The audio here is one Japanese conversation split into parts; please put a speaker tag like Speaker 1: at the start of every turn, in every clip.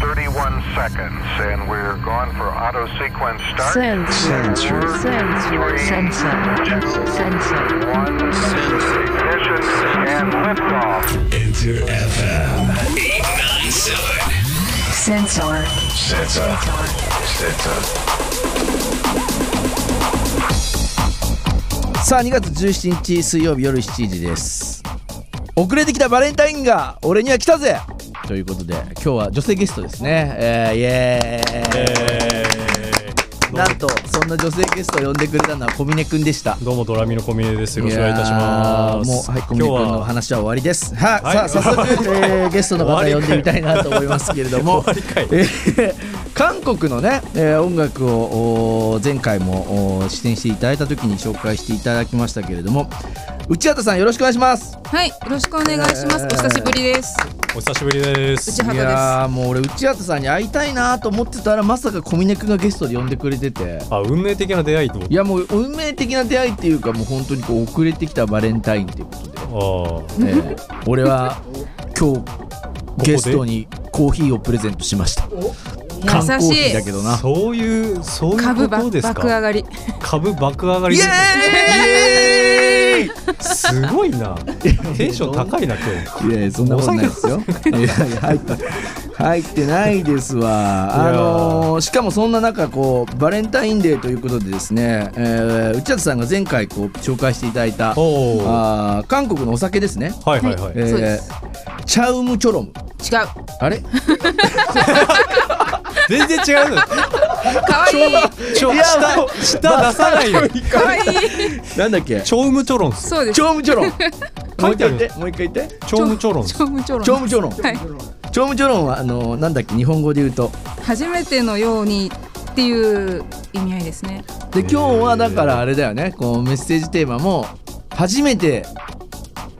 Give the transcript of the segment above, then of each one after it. Speaker 1: 31 seconds, and we're going for auto sequence start.
Speaker 2: Sensor.
Speaker 3: Sensor.
Speaker 2: Sensor. Sensor. Sensor.
Speaker 1: One, ignition, and liftoff.
Speaker 4: Enter FM 897.
Speaker 2: Sensor.
Speaker 4: Sensor. Sensor.
Speaker 3: さあ2月17日水曜日夜7時です遅れてきたバレンタインが俺には来たぜということで今日は女性ゲストですね、えーイエーイなんとそんな女性ゲストを呼んでくれたのは小峰くんでした
Speaker 5: どうもドラミの小峰です。よろしくお願いいたし
Speaker 3: や
Speaker 5: ま
Speaker 3: ー
Speaker 5: す。
Speaker 3: もう、はい、
Speaker 5: 今日
Speaker 3: 小峰君の
Speaker 5: は
Speaker 3: 話は終わりです。は、
Speaker 5: はい
Speaker 3: さあ、早 速、えーゲストの方呼んでみたいなと思いますけれども。
Speaker 5: 終わりかい
Speaker 3: えー韓国のね、えー音楽をおー前回もおー出演していただいた時に紹介していただきましたけれども。内畑さん、よろしくお願いします。
Speaker 6: はい、よろしくお願いしま
Speaker 3: え
Speaker 6: す。
Speaker 3: ー
Speaker 6: お久しぶりです。
Speaker 5: お久しぶりです
Speaker 6: 内。
Speaker 3: い
Speaker 6: 畑です。
Speaker 3: やー、もう、俺、内畑さんに会いたいなと思ってたら、まさか小峰君がゲストで呼んでくれてて。
Speaker 5: あ、運命的な出会いと
Speaker 3: いや、もう、運命的な出会いっていうか、もう、本当にこう遅れてきたバレンタインっていうことで。
Speaker 5: 思って。あ
Speaker 3: えー俺は今日
Speaker 5: で
Speaker 3: ゲストにコーヒーをプレゼントしました缶コーヒーだけど
Speaker 5: あ
Speaker 3: な
Speaker 5: そういう、そういう
Speaker 6: 株
Speaker 5: こ
Speaker 6: ば
Speaker 5: と
Speaker 6: 爆
Speaker 5: です
Speaker 6: 上
Speaker 5: か
Speaker 6: がり。
Speaker 5: 株爆上がり
Speaker 3: イ
Speaker 5: で
Speaker 3: エー
Speaker 5: すごいな。テンション高いな、今日。
Speaker 3: イいやいやそんなことないですよいやいや入って入ってないで
Speaker 5: い
Speaker 3: すわ、あ
Speaker 5: やー
Speaker 3: のーしかもそんな中こうバレンタインデーということでですね、えー、内田さんが前回こう紹介していただいた
Speaker 5: おー
Speaker 3: あー韓国のお酒ですね、
Speaker 5: はいはいはい。
Speaker 3: え
Speaker 6: そうです
Speaker 3: ー、チャウムチョロム
Speaker 6: 違う。
Speaker 3: あれ
Speaker 5: 全然違うの。
Speaker 6: 可愛い
Speaker 5: ちょ、下、下出さないよ。
Speaker 6: 可愛い
Speaker 3: なんだっけ
Speaker 5: チョウムチョロンっす。
Speaker 6: そうです
Speaker 3: チ。ョウムチョロン
Speaker 5: 書いてある
Speaker 3: もう一回言ってもう一回言って
Speaker 5: チョウムチョロンっす。
Speaker 6: 超無超
Speaker 3: チョームジョロン。
Speaker 6: はい。
Speaker 3: チョームジョロンはあのなんだっけ日本語で言うと。
Speaker 6: 初めてのようにっていう意味合いですね。
Speaker 3: で今日はだからあれだよね。こうメッセージテーマも初めて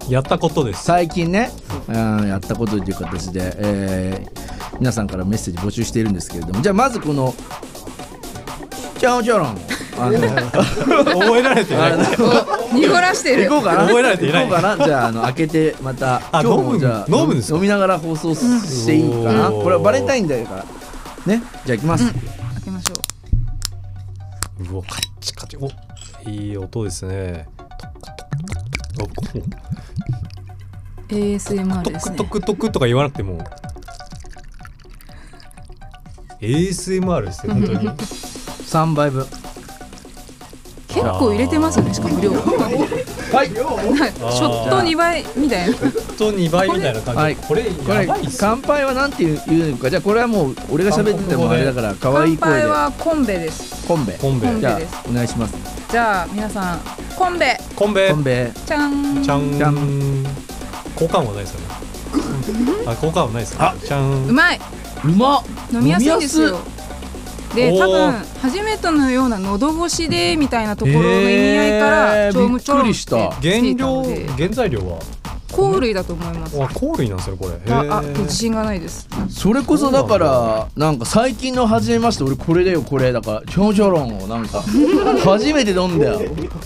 Speaker 5: やったことです。
Speaker 3: 最近ね、うん、やったことという形で、えー皆さんからメッセージ募集しているんですけれども、じゃあまずこのチョームジョロン。あ の
Speaker 5: 覚えられてない。
Speaker 6: 濁らしてる
Speaker 3: 行。こうかな。
Speaker 5: 覚えられていない
Speaker 3: 行こうかな。じゃああの開けてまた
Speaker 5: あ
Speaker 3: 今日
Speaker 5: 飲
Speaker 3: も
Speaker 5: む
Speaker 3: じゃあ
Speaker 5: 飲むんですか
Speaker 3: 飲みながら放送していいかな。
Speaker 5: うん
Speaker 3: これはバレンタインデーだからね。じゃあ行きます。
Speaker 6: 開けましょう。
Speaker 5: うわ、カッチカチ。お、いい音ですね。トクトクトクお
Speaker 6: ASMR
Speaker 5: ト
Speaker 6: です
Speaker 5: ク
Speaker 6: ね
Speaker 5: ト。クトクとか言わなくても ASMR ですよ本当に
Speaker 3: 三杯分。
Speaker 6: 結構入れてますよね。しかも量。
Speaker 3: はい。
Speaker 6: はいショット2倍みたいな。
Speaker 5: と2倍みたいな感じ
Speaker 3: はい
Speaker 5: これ
Speaker 3: こ
Speaker 5: や
Speaker 3: れ
Speaker 5: ばいっすよ
Speaker 3: 乾杯はなんていう言うのかじゃあこれはもう俺が喋っててもあれだから可愛
Speaker 6: 乾
Speaker 3: い声
Speaker 6: 杯
Speaker 3: で
Speaker 6: はコンベです。
Speaker 3: コンベ
Speaker 5: コンベ
Speaker 6: コン
Speaker 3: じ
Speaker 6: ベ
Speaker 3: ゃあ
Speaker 6: です
Speaker 3: お願いします
Speaker 6: じゃあ皆さんコンベ。
Speaker 5: コンベ
Speaker 3: コンベ
Speaker 6: じゃん。
Speaker 5: ちゃん
Speaker 3: ちゃん
Speaker 5: 交換はないですよねあ交換はないですよねちゃ
Speaker 6: うんまいう
Speaker 3: まっ
Speaker 6: 飲みやすいんですよで
Speaker 5: おー
Speaker 6: 多分初めてのような喉越しでみたいなところの意味合いから、
Speaker 3: えー
Speaker 6: ちょむちょろん
Speaker 3: びっくりした
Speaker 6: って
Speaker 5: 原
Speaker 6: ついた
Speaker 5: 料
Speaker 6: ので
Speaker 5: 原材料は
Speaker 6: 香類だと思います
Speaker 5: あ香類なんですよこれへ
Speaker 6: ああ
Speaker 5: ー
Speaker 6: 自信がないです
Speaker 3: それこそだからなんか最近の初めまして俺これだよこれだからチョンチョロンをな んか初めて飲んだよ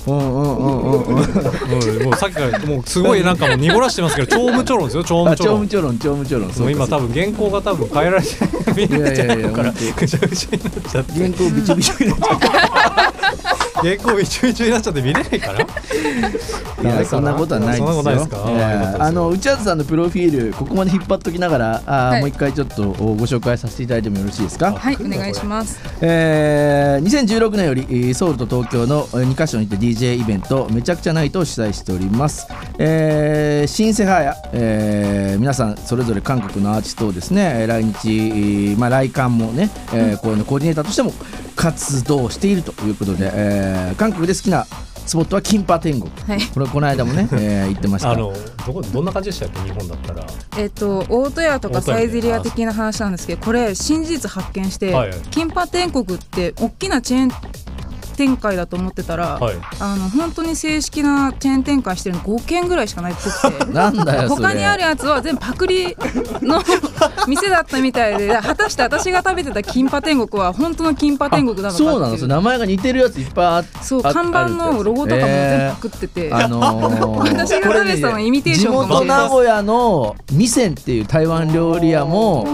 Speaker 3: うんうんうんうんうん
Speaker 5: うんもうさっきからもうすごいなんかもう濁らしてますけど超無調論ですよ超無
Speaker 3: あ
Speaker 5: 調
Speaker 3: チョーム
Speaker 5: 論
Speaker 3: チョロンチョームチョロン
Speaker 5: も
Speaker 3: そううか
Speaker 5: 今
Speaker 3: そう
Speaker 5: 多分原稿が多分変えられてみんなじゃないのか
Speaker 3: いやいやいや
Speaker 5: ら
Speaker 3: 本当に
Speaker 5: ぐちゃぐちゃになっちゃって
Speaker 3: 原稿びちょびち
Speaker 5: 原稿びちょびち
Speaker 3: ょになっちゃっ
Speaker 5: ょになっちゃって見れないから
Speaker 3: たいやそんなことはないですよ
Speaker 5: そんなことないですか
Speaker 3: え
Speaker 5: あよかったで
Speaker 3: ー
Speaker 5: す
Speaker 3: あの内畑さんのプロフィールここまで引っ張っときながらあ
Speaker 6: は
Speaker 3: ー
Speaker 6: い
Speaker 3: もう一回ちょっとおご紹介させていただいてもよろしいですか
Speaker 6: はいお願いします
Speaker 3: えー2016年よりえーソウルと東京の2カ所にて DJ イベントめちゃくちゃナイトを主催しております、えー、シンセハや、えー皆さんそれぞれ韓国のアーティストをですねえー来日、えーまあ、来館もね、えー、こういうのコーディネーターとしても活動しているということで、えー韓国で好きなスポットはキンパ天国、
Speaker 6: はい
Speaker 3: これこの間もね、えー言ってまし た
Speaker 5: あのどこどんな感じでしたっけ日本だったら
Speaker 6: えっ、と大戸屋とか
Speaker 5: 大戸屋ね
Speaker 6: サイゼリア的な話なんですけどこれ真実発見して、
Speaker 5: はい
Speaker 6: キンパ天国って大きなチェーン展開だと思ってたら、
Speaker 5: はい
Speaker 6: あの本当に正式なチェーン展開してるの5軒ぐらいしかないっぽく て
Speaker 3: なんだよそれ
Speaker 6: 他にあるやつは全部パクリの店だったみたいで果たして私が食べてたキンパ天国は本当のキンパ天国なのかっていう
Speaker 3: そうなのそれ名前が似てるやついっぱいあっ
Speaker 6: そう
Speaker 3: あ
Speaker 6: 看板のロゴとかも全部パクってて、
Speaker 3: あのー、
Speaker 6: 私が食べてたのはイミテーションか
Speaker 3: こ
Speaker 6: も
Speaker 3: れね地元
Speaker 6: しれない
Speaker 3: 名古屋のミセンっていう台湾料理屋も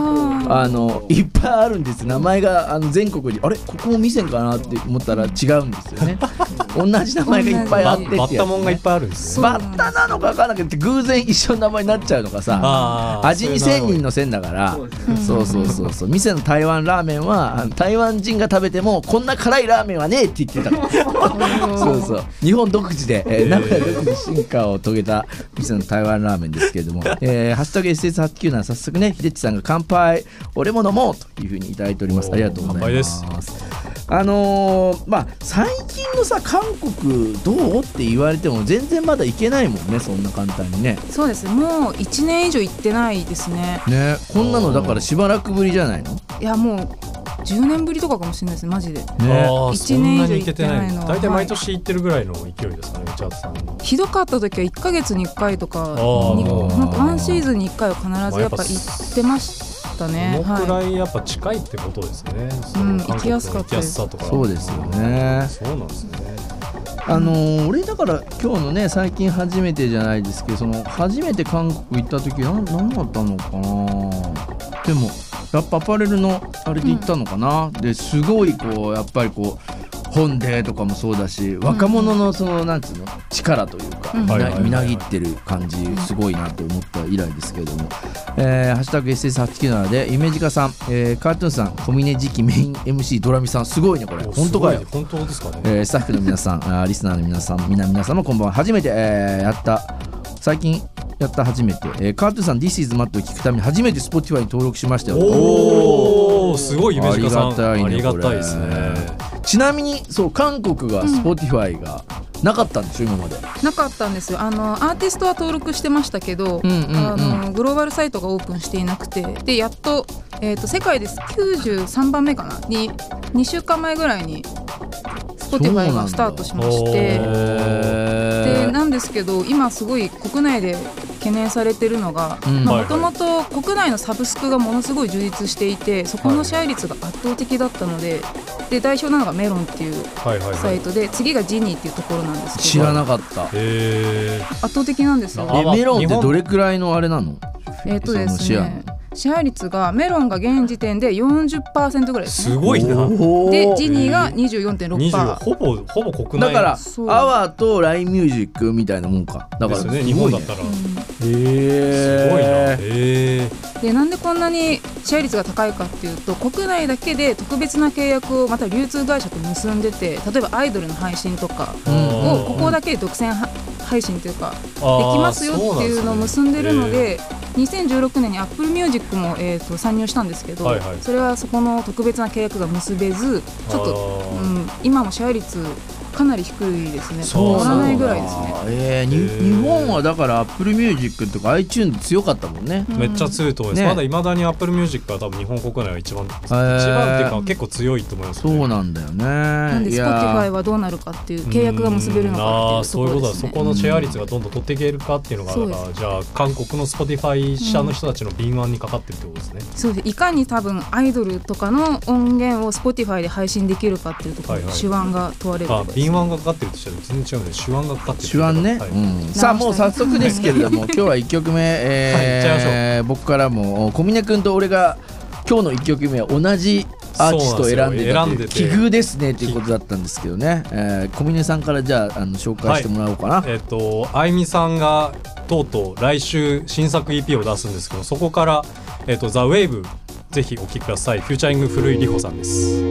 Speaker 6: あ
Speaker 3: あのいっぱいあるんです名前があの全国にあれここも店かなって思ったら違うんですよ ね同じ名前がいっぱいあ
Speaker 5: バ
Speaker 3: ってってや
Speaker 5: ッ
Speaker 3: つね
Speaker 5: タモンがいっぱいあるんですね。
Speaker 3: バッタなのか分からなくて偶然一緒の名前になっちゃうのがさ
Speaker 5: あー
Speaker 3: 味に
Speaker 5: そういう
Speaker 3: 千
Speaker 5: の
Speaker 3: 人の線だからそうそうそうそう店の台湾ラーメンはあの台湾人が食べてもこんな辛いラーメンはねえって言 ってたからそうそう日本独自で、えー、名古屋独自進化を遂げた店の台湾ラーメンですけれども「えー、ハッシュタグ #SS897」早速ね秀地さんが「乾杯俺も飲もう」というふうにいただいておりますありがとうございます
Speaker 5: 乾杯です
Speaker 3: あのーまあ最近のさ韓国どうって言われても全然まだ行けないもんねそんな簡単にね
Speaker 6: そうですもう1年以上行ってないですね
Speaker 3: ねこんなのだからしばらくぶりじゃないの
Speaker 6: いやもう10年ぶりとかかもしれないですマジで
Speaker 5: ああ、そ
Speaker 6: 一
Speaker 5: ん
Speaker 6: 年以
Speaker 5: な
Speaker 6: 上
Speaker 5: に
Speaker 6: 行
Speaker 5: い
Speaker 6: って
Speaker 5: けて
Speaker 6: な
Speaker 5: ないい
Speaker 6: の
Speaker 5: の。大体毎年行ってるぐらいの勢いですかね、チャートさんの。
Speaker 6: ひどかった時は1ヶ月に1回とか
Speaker 5: ー
Speaker 6: に
Speaker 5: もう
Speaker 6: なんかワンシーズンに1回は必ずやっぱ行ってました
Speaker 5: こ
Speaker 6: ね
Speaker 5: のく
Speaker 6: は
Speaker 5: らいやっぱ近いってことですね。
Speaker 6: うん
Speaker 5: その
Speaker 6: 行きやすか
Speaker 5: 韓国の
Speaker 6: った
Speaker 5: 行きやすさとか。
Speaker 3: そうですよね
Speaker 5: そうなんですね。
Speaker 3: あのー俺だから今日のね最近初めてじゃないですけどその初めて韓国行った時なん何だったのかなでもやっぱアパレルのあれで行ったのかな、ですごいこうやっぱりこう本でとかもそうだし若者のそのなんつうの力というか
Speaker 6: うん
Speaker 3: み
Speaker 5: はいはい
Speaker 3: な
Speaker 5: はい
Speaker 3: みなぎってる感じすごいなと思った以来ですけれども「えーハッシュタグ #SS897」で夢鹿さん、えーカートゥーンさん小峰次期メイン MC ドラミさんすごいねこれ
Speaker 5: お
Speaker 3: 本当かよ
Speaker 5: すごい本当ですかね。
Speaker 3: えースタッフの皆さんあーリスナーの皆さん皆皆様こんばんは初めて、えーやった最近やった初めて、えーカートゥーさん「This is Matt」を聞くために初めて Spotify に登録しましたよ
Speaker 5: おお、すごいイメー
Speaker 3: あ
Speaker 5: ジ
Speaker 3: り
Speaker 5: 家さん。
Speaker 3: がたいね
Speaker 5: ありがたいです
Speaker 3: こ
Speaker 5: ね。
Speaker 3: れちなみにそう韓国が Spotify がなかったんでしょ今まで、
Speaker 6: いなかったんですよあのアーティストは登録してましたけど、
Speaker 3: うんうんうん
Speaker 6: あのグローバルサイトがオープンしていなくてでやっと,、えー、と世界です93番目かなに2週間前ぐらいに
Speaker 3: そうなん
Speaker 6: Spotify
Speaker 3: だ
Speaker 6: がスタートしまし
Speaker 5: お
Speaker 6: て。
Speaker 3: え
Speaker 6: でなんですけど今すごい国内で懸念されてるのが
Speaker 3: うん
Speaker 6: も
Speaker 5: はい
Speaker 6: ともと国内のサブスクがものすごい充実していてそこの支配率が圧倒的だったのでで代表なのがメロンっていう
Speaker 5: はいはいは
Speaker 6: サイ
Speaker 5: い。
Speaker 6: トで次がジニーっていうところなんです
Speaker 3: 知
Speaker 6: けど
Speaker 3: らなかった
Speaker 5: えー
Speaker 6: 圧倒的なんですよ
Speaker 5: あ。
Speaker 3: え
Speaker 5: ま
Speaker 3: メロンって
Speaker 5: 日本
Speaker 3: どれくらいのあれなの
Speaker 6: えっとで
Speaker 3: その
Speaker 6: す
Speaker 3: シェア
Speaker 6: ね支配率がメロンが現時点で40%ぐらいです
Speaker 5: す
Speaker 6: ね。
Speaker 5: ごいな。
Speaker 3: おー
Speaker 6: でジニーが
Speaker 5: 二十
Speaker 6: 24.6%。
Speaker 5: ほぼほぼ国
Speaker 3: だ
Speaker 5: 内
Speaker 3: から
Speaker 6: そう
Speaker 3: アワーと LINE ミュージックみたいなもんかだか
Speaker 5: で
Speaker 3: ら
Speaker 5: す
Speaker 3: す
Speaker 5: よ
Speaker 3: ごい
Speaker 5: ね。
Speaker 3: ね
Speaker 5: 日本だったら。すごいな。
Speaker 3: へー
Speaker 5: ええ。
Speaker 6: でなんでこんなにシェア率が高いかっていうと国内だけで特別な契約をまた流通会社と結んでて例えばアイドルの配信とかをここだけで独占は配信というかできますよっていうのを結んでるので2016年に AppleMusic も、えー、と参入したんですけど、
Speaker 5: はいはい
Speaker 6: それはそこの特別な契約が結べずちょっと、
Speaker 5: あ
Speaker 6: う
Speaker 5: ー
Speaker 6: ん、今もシェア率かなり低いですね
Speaker 5: そう
Speaker 6: 乗
Speaker 5: な
Speaker 6: ら
Speaker 5: んだ
Speaker 6: ないぐらいですね。
Speaker 3: えーに
Speaker 5: へー
Speaker 3: 日本はだから Apple Music とか iTunes 強かったもんね。
Speaker 5: めっちゃ強いと思います、
Speaker 3: ね
Speaker 5: まだいまだに Apple Music は多分日本国内は一番、一
Speaker 3: ー
Speaker 5: 番っていうか結構強いと思います、
Speaker 3: そう
Speaker 5: ね
Speaker 3: なんだよね。
Speaker 6: なんで
Speaker 3: い
Speaker 6: Spotify
Speaker 3: やー
Speaker 6: はどうなるかっていう契約が結べるの
Speaker 5: あ
Speaker 6: か
Speaker 5: あ
Speaker 6: って
Speaker 5: そ
Speaker 6: いうう
Speaker 5: いうこ
Speaker 6: とことろ
Speaker 5: だ
Speaker 6: です
Speaker 5: そ
Speaker 6: ね。
Speaker 5: このシェア率がどんどん取っていけるかっていうのがだ
Speaker 6: そうです
Speaker 5: からじゃあ韓国の Spotify 社の人たちの敏腕にかかってるってことですね、
Speaker 6: そうですいかに多分アイドルとかの音源を Spotify で配信できるかっていうところ、
Speaker 5: はいはい
Speaker 6: 手腕が問われるとこ
Speaker 5: あ
Speaker 6: ろです
Speaker 5: 敏腕がかかってるとしたら全然違うんで手腕がかかってる
Speaker 3: 手腕ね、
Speaker 5: はい
Speaker 3: うんさあもう早速ですけれ ども今日は1曲目、えー僕からも小峰君と俺が今日の1曲目は同じアーティストを選んでた
Speaker 5: そうなん
Speaker 3: と
Speaker 5: で
Speaker 3: いう
Speaker 5: す
Speaker 3: 奇
Speaker 5: よ選んでて
Speaker 3: 遇ですねということだったんですけどね、えー小峰さんからじゃああの紹介してもらおうかな、
Speaker 5: えっ、とあいみさんがとうとう来週新作 EP を出すんですけどそこから、えっと「THEWAVE」ぜひお聴きくださいフューチャリング古いりほさんです